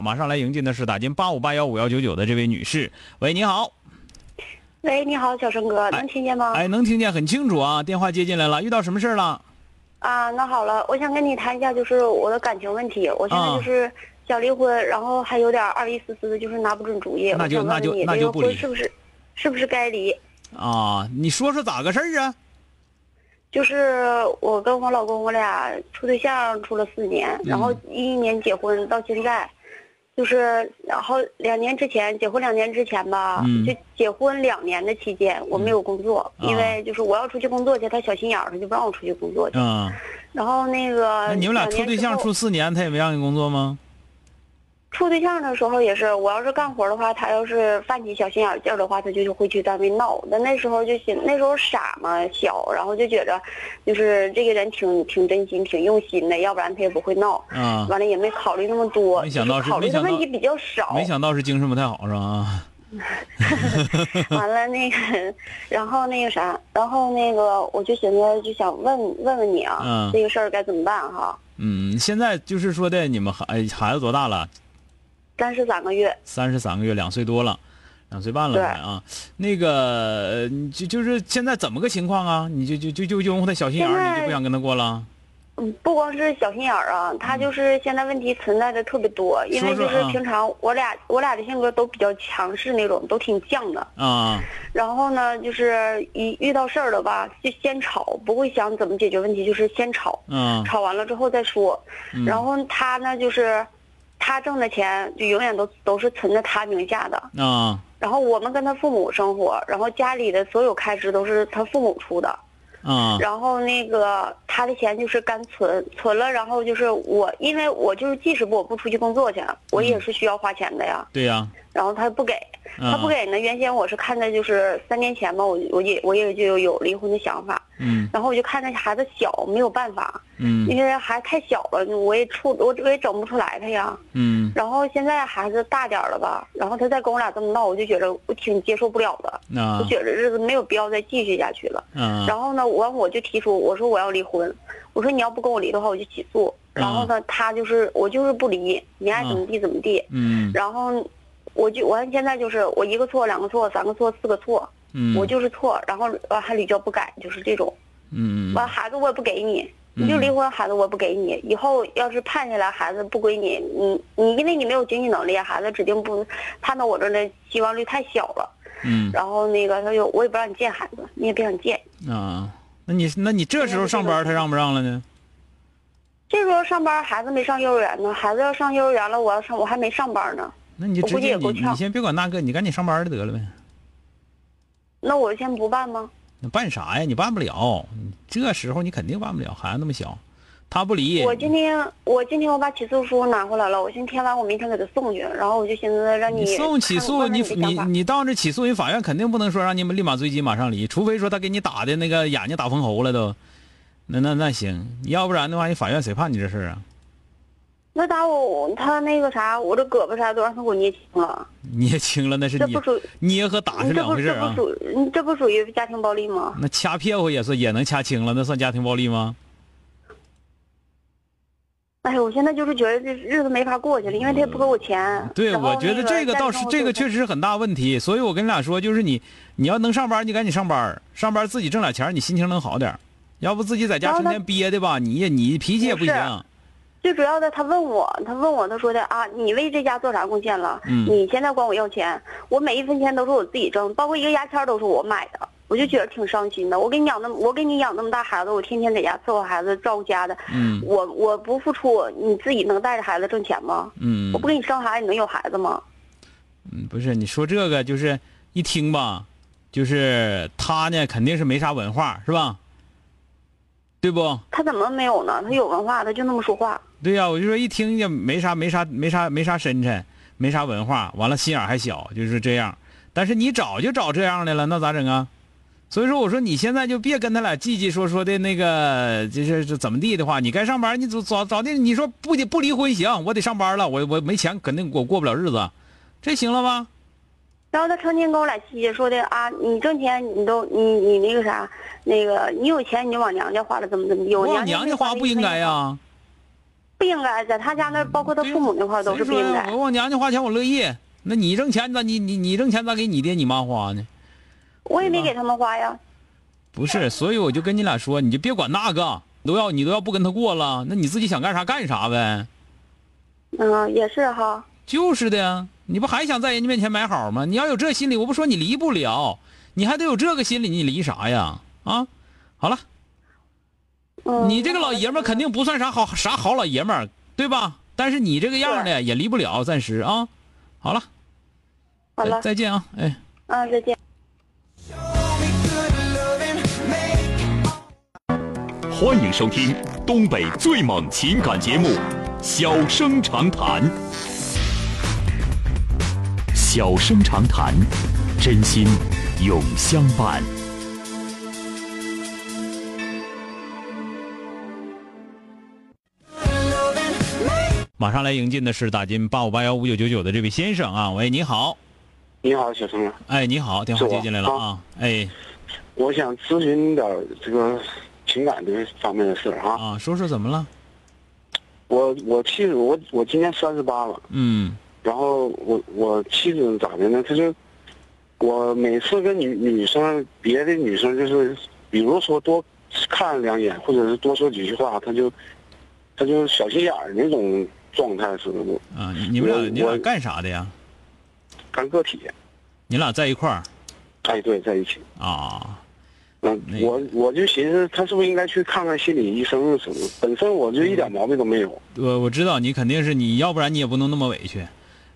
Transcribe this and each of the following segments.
马上来迎进的是打进八五八幺五幺九九的这位女士。喂，你好，喂，你好，小生哥，能听见吗？哎，能听见很清楚啊，电话接进来了，遇到什么事儿了？啊，那好了，我想跟你谈一下，就是我的感情问题。我现在啊就是想离婚，然后还有点儿二一丝丝的，就是拿不准主意。那我就想那问就问你那这就个不婚离是不是是不是该离？啊，你说说咋个事儿啊？就是我跟我老公，我俩处对象处了四年，嗯然后一一年结婚到现在，就是然后两年之前结婚两年之前吧，嗯就结婚两年的期间我没有工作，啊因为就是我要出去工作去，他小心眼儿，他就不让我出去工作去。嗯，然后那个那你们俩两处年对之象后处四年，他也没让你工作吗？处对象的时候也是，我要是干活的话，他要是犯起小心眼儿劲儿的话，他就会去单位闹。但那时候就寻，那时候傻嘛，小，然后就觉着，就是这个人挺挺真心、挺用心的，要不然他也不会闹。啊，完了也没考虑那么多，没想到就是考虑没的想到问题比较少。没想到是精神不太好是吧？啊完了那个，然后那个啥，然后那个我就寻思就想问问问你啊，嗯这个事儿该怎么办哈？嗯，现在就是说的，你们孩哎孩子多大了？三十三个月，三十三个月，两岁多了，两岁半了对快啊。那个呃你就就是现在怎么个情况啊？你就就就就拥护他小心眼现儿，在你就不想跟他过了？嗯，不光是小心眼儿啊，他就是现在问题存在的特别多，因为嗯说就说是啊平常我俩我俩的性格都比较强势那种，都挺犟的。啊，然后呢，就是一遇到事儿了吧，就先吵，不会想怎么解决问题，就是先吵，嗯吵完了之后再说。嗯然后他呢，就是他挣的钱就永远都都是存在他名下的，啊然后我们跟他父母生活，然后家里的所有开支都是他父母出的。啊然后那个他的钱就是干存，存了，然后就是我，因为我就是即使我不出去工作去，我嗯也是需要花钱的呀。对呀，然后他不给，他啊不给呢。原先我是看在就是三年前吧，我我也我也就有离婚的想法。嗯然后我就看着孩子小，没有办法，嗯因为孩子太小了，我也处我我也整不出来他呀。嗯然后现在孩子大点儿了吧，然后他再跟我俩这么闹，我就觉得我挺接受不了的，啊我觉得日子没有必要再继续下去了。啊然后呢，我我就提出我说我要离婚，我说你要不跟我离的话，我就起诉。嗯然后呢，他就是我就是不离，你爱怎么地怎么地。嗯然后我就我现在就是我一个错两个错三个错四个错，嗯，我就是错，然后完还屡教不改，就是这种。嗯嗯完孩子我也不给你，嗯你就离婚，孩子我也不给你。以后要是判下来，孩子不归你，你你因为你没有经济能力，孩子指定不判到我这儿的希望率太小了。嗯然后那个他就我也不让你见孩子，你也别想见。嗯啊，那你那你这时候上班他让不让了呢？这时候上班，孩子没上幼儿园呢，孩子要上幼儿园了，我要上，我还没上班呢，那你就我直估计接也够你你呛先别管那个，你赶紧上班儿就得了呗。那我先不办吗？那办啥呀？你办不了，你这时候你肯定办不了，孩子那么小，他不理。我今天我今天我把起诉书拿回来了，我先填完，我明天给他送去，然后我就寻思让你送起看诉，问问你的你想法你到那起诉人法院，肯定不能说让你们立马追击马上离，除非说他给你打的那个眼睛打封喉了都，那那那行，要不然的话，你法院谁判你这事儿啊？那打我他那个啥，我这胳膊啥都让他给我捏青了，捏轻了那是这捏不属捏和打是这两不回事这儿不啊。属嗯这不属于家庭暴力吗？那掐屁股也是也能掐轻了，那算家庭暴力吗？哎呀，我现在就是觉得这日子没法过去了，因为他也不给我钱。对，然后我觉得那这个个倒是再跟我这个说确实很大问题，所以我跟你俩说，就是你你要能上班，你赶紧上班，上班自己挣俩钱，你心情能好点儿要不自己在家然后成天憋的吧，你也你脾气也不行不是最主要的，他问我，他问我，他说的啊，你为这家做啥贡献了？嗯你现在管我要钱，我每一分钱都是我自己挣，包括一个牙签儿都是我买的，我就觉得挺伤心的。我给你养那么，我给你养那么大孩子，我天天在家伺候孩子、照顾家的，嗯我我不付出，你自己能带着孩子挣钱吗？嗯我不给你生孩子，你能有孩子吗？嗯，不是，你说这个就是一听吧，就是他呢肯定是没啥文化，是吧？对不？他怎么没有呢？他有文化，他就那么说话。对呀、我就说一听也没啥没啥没啥没啥深沉，没啥文化，完了心眼儿还小，就是这样。但是你找就找这样的了，那咋整啊？所以说，我说你现在就别跟他俩叽叽说说的那个，就是这怎么地的话，你该上班，你早早早的，你说不不离婚行，我得上班了，我我没钱，肯定我过不了日子，这行了吧？然后他成天跟我俩叽叽说的啊，你挣钱你都你你那个啥，那个你有钱你就往娘家花了，怎么怎么地？有往娘娘家家花不应该呀、，啊不应该，啊在他家那儿，包括他父母那块儿都谁是不说应呀该我。往娘家花钱，我乐意。那你挣钱咋你你你挣钱咋给你爹你妈花呢？我也没对吧啊给他们花呀，不是，所以我就跟你俩说，你就别管那个，都要你都要不跟他过了，那你自己想干啥干啥呗。嗯，也是哈。就是的呀，你不还想在人家面前买好吗？你要有这心理，我不说你离不了，你还得有这个心理，你离啥呀？啊，好了，嗯，你这个老爷们儿肯定不算啥好啥好老爷们儿，对吧？但是你这个样儿的也离不了，暂时啊。好了，好再了，再见啊，哎。嗯，再见。欢迎收听东北最猛情感节目《小生长谈》。小生长谈，真心永相伴。马上来迎进的是打进八五八幺五九九九的这位先生啊，喂，你好，你好，小生啊，哎，你好，电话是我接进来了啊啊，哎，我想咨询点儿这个情感这方面的事儿啊。啊，说说怎么了？我我妻子，我我今年三十八了，嗯然后我我妻子咋的呢？她就我每次跟女女生别的女生就是，比如说多看两眼，或者是多说几句话，她就她就小心眼儿那种状态似的，我啊，你你们我俩你俩我干啥的呀？干个体。你俩在一块儿哎，对，在一起。啊？嗯那，个我我就寻思，她是不是应该去看看心理医生啊什么的？本身我就一嗯点毛病都没有。我我知道你肯定是你，要不然你也不能那么委屈，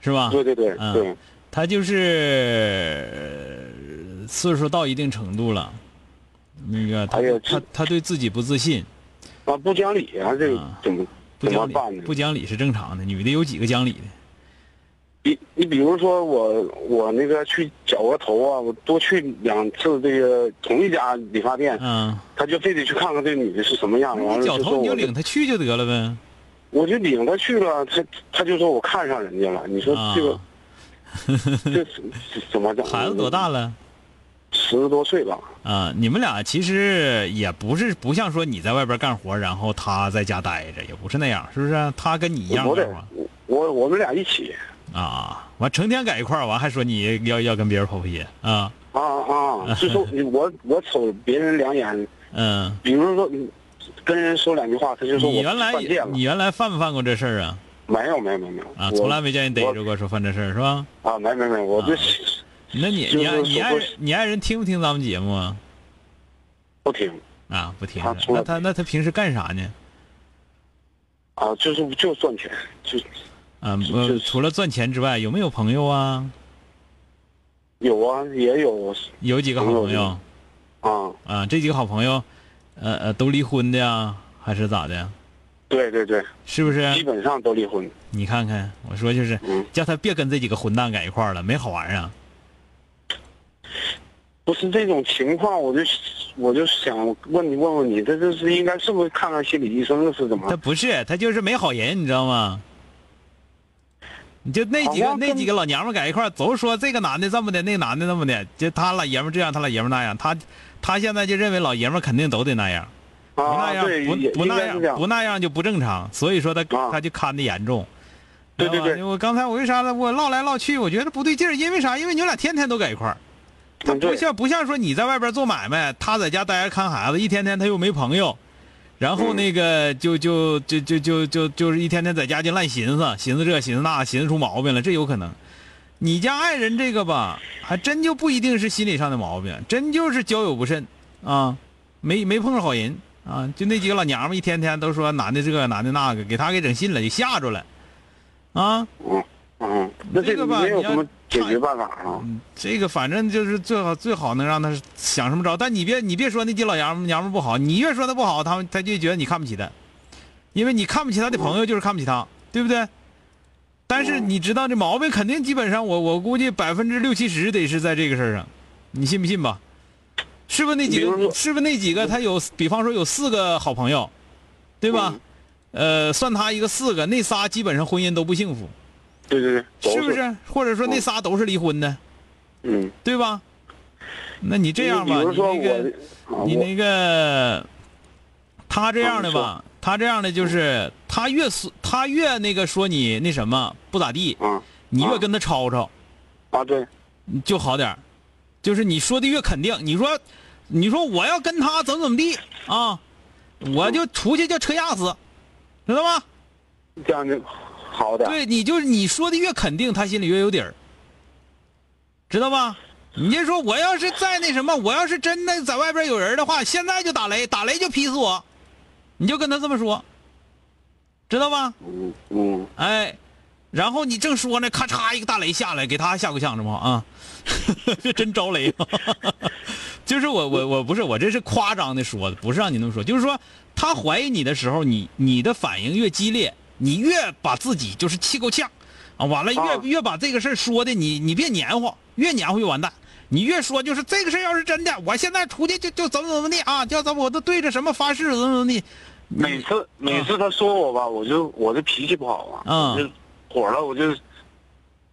是吧？对对对嗯对。他就是呃岁数到一定程度了，那个他哎呀他这他对自己不自信，啊，不讲理啊，这个啊怎么、不怎么讲办理呢？不讲理是正常的，女的有几个讲理的？比你比如说我我那个去绞个头啊，我多去两次这个同一家理发店，嗯，他就非得去看看这女的是什么样，完你了绞就头说你就我领他去就得了呗。我就领他去了，他他就说我看上人家了，你说啊这个、 这是这怎么整？孩子多大？了？十多岁吧。啊、你们俩其实也不是不像说你在外边干活，然后他在家待着，也不是那样，是不是？他跟你一样我干得活我我们俩一起啊，完成天在一块儿，完还说你要要跟别人跑偏啊，啊啊，就 说我我瞅别人两眼，嗯，比如说跟人说两句话，他就说你我原来犯贱了你。原来犯不犯过这事儿啊？没有没有没有没有啊，我从来没见人逮我着过说犯这事儿是吧？啊，没没没，我这那你就是你爱你说爱人你爱人听不听咱们节目啊？不听啊，不听他是吧。从来那他那他平时干啥呢？啊，就是就赚钱，就啊，就呃就除了赚钱之外，有没有朋友啊？有啊，也有有几个好朋友朋友？啊，啊，这几个好朋友，呃呃，都离婚的呀，还是咋的呀？对对对，是不基是？本上都离婚。你看看，我说就是嗯，叫他别跟这几个混蛋在一块儿了，没好玩儿啊。不是这种情况，我就我就想问你问问你，这这是应该是不是看看心理医生是怎么他？不是，他就是没好人，你知道吗？你就那几个好吧那几个老娘们在一块儿，总说这个男的这么的，那个男的那么的，就他老爷们这样，他老爷们那样，他他现在就认为老爷们肯定都得那样，不那啊，样对，也不不应那该是这样不样。那样就不正常，所以说他啊他就看的严重。对知对道吧对我刚才我为啥呢？我唠来唠去，我觉得不对劲儿，因为啥？因为你们俩天天都在一块儿，嗯，不对，像不像说你在外边做买卖，他在家待着看孩子，一天天他又没朋友，然后嗯那个就就就就就就就是一天天在家就乱寻思，寻思这寻思那，寻思出毛病了，这有可能。你家爱人这个吧，还真就不一定是心理上的毛病，真就是交友不慎啊，没没碰上好人啊。就那几个老娘们，一天天都说男的这个男的那个，给他给整信了，就吓着了啊。嗯嗯，那这这个个吧没有你要什么解看嗯决办法啊？这个反正就是最好最好能让他想什么招，但你别你别说那些老娘们娘们不好，你越说他不好，他们他就觉得你看不起他，因为你看不起他的朋友就是看不起他，对不对？但是你知道这毛病肯定基本上我我估计百分之六七十得是在这个事儿上，你信不信吧？是不是那几比如个说是不是那几个他有比方说有四个好朋友，对吧？嗯呃，算他一个四个，那仨基本上婚姻都不幸福，对对对，都是不？是？或者说那仨都是离婚的。嗯，对吧？那你这样吧，比如你说那我个，啊你我那个，他这样的啊吧，他这样的就是他越说他越那个说你那什么不咋地，啊你越跟他吵吵啊对，就好点儿就是你说的越肯定，你说你说我要跟他怎么怎么地啊，我就出去就车压死，知道吗？这样就好点。对，你就是你说的越肯定，他心里越有底儿，知道吧？你就说我要是再那什么，我要是真的在外边有人的话，现在就打雷，打雷就劈死我，你就跟他这么说，知道吧？嗯嗯，哎，然后你正说呢，咔嚓一个大雷下来，给他吓够呛，这不啊？ 这真招雷、 就是我我我不是我这是夸张的说的，不是让你那么说。就是说他怀疑你的时候，你你的反应越激烈，你越把自己就是气够呛啊，完了越、啊越把这个事儿说的你你别黏糊，越黏糊越完蛋。你越说就是这个事儿要是真的，我现在出去就就怎么怎么地啊，要怎么我都对着什么发誓怎么怎么地，每次每次他说我吧，我就我这脾气不好嘛，嗯我就火了，我就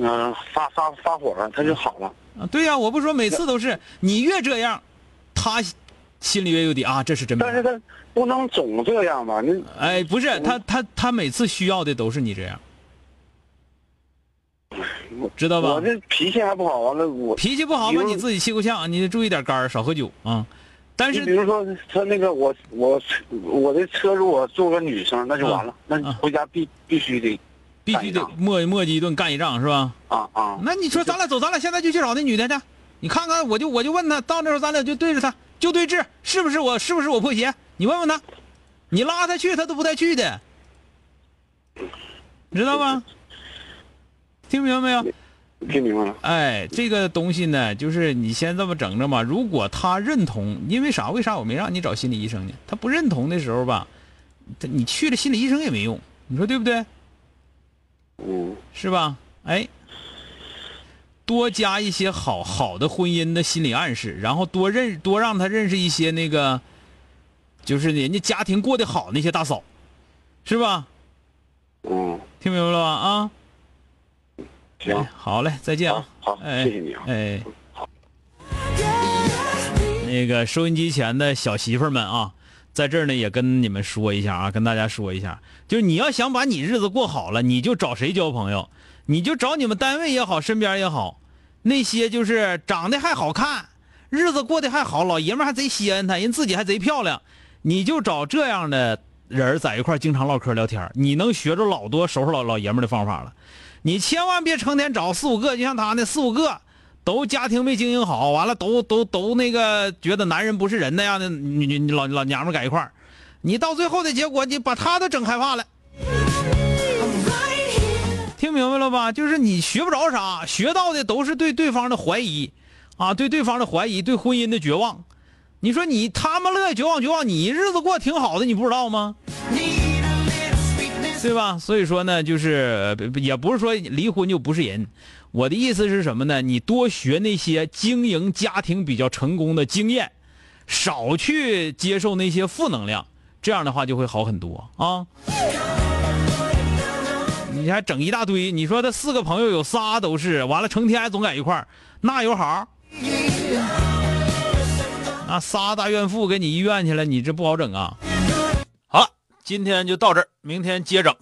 嗯、发发发火了，他就好了。啊，对呀、我不说每次都是你越这样，他心里越有底啊，这是真没但是法。他不能总这样吧？那哎，不是他他他每次需要的都是你这样，知道吧？我这脾气还不好，完了我脾气不好比嘛，如你自己气够呛，你得注意点肝儿，少喝酒啊、但你比是如说他那个我我我的车如果坐个女生，那就完了，嗯那回家必必须得必须得干一仗磨磨叽一顿干一仗是吧？啊啊！那你说咱俩走，咱俩现在就去找那女的去，你看看，我就我就问她，到那时候咱俩就对着她，就对峙，是不是我是不是我破鞋？你问问她，你拉她去，她都不带去的，你知道吗？听明白没有？听明白了，哎，这个东西呢，就是你先这么整着嘛。如果他认同，因为啥？为啥我没让你找心理医生呢？他不认同的时候吧，他你去了心理医生也没用，你说对不对？嗯是吧？哎，多加一些好好的婚姻的心理暗示，然后多认多让他认识一些那个，就是人家家庭过得好那些大嫂，是吧？嗯，听明白了吧？啊，行，哎好嘞，再见啊！好好哎、谢谢你啊哎，那个收音机前的小媳妇儿们啊，在这儿呢也跟你们说一下啊，跟大家说一下，就是你要想把你日子过好了，你就找谁交朋友，你就找你们单位也好，身边也好，那些就是长得还好看，日子过得还好，老爷们儿还贼稀罕他，人自己还贼漂亮，你就找这样的人儿在一块儿经常唠嗑聊天儿，你能学着老多收拾老老爷们儿的方法了。你千万别成天找四五个，就像他那四五个，都家庭没经营好，完了都都都那个觉得男人不是人那样的女女女老老娘们儿在一块儿，你到最后的结果，你把他都整害怕了。听明白了吧？就是你学不着啥，学到的都是对对方的怀疑，啊，对对方的怀疑，对婚姻的绝望。你说你他们乐意绝望绝望，你日子过得挺好的，你不知道吗？对吧？所以说呢，就是呃也不是说离婚就不是人。我的意思是什么呢？你多学那些经营家庭比较成功的经验，少去接受那些负能量，这样的话就会好很多啊。你还整一大堆，你说他四个朋友有仨都是，完了成天还总在一块儿，那有好？那仨大怨妇给你医院去了，你这不好整啊。好了，今天就到这儿，明天接整。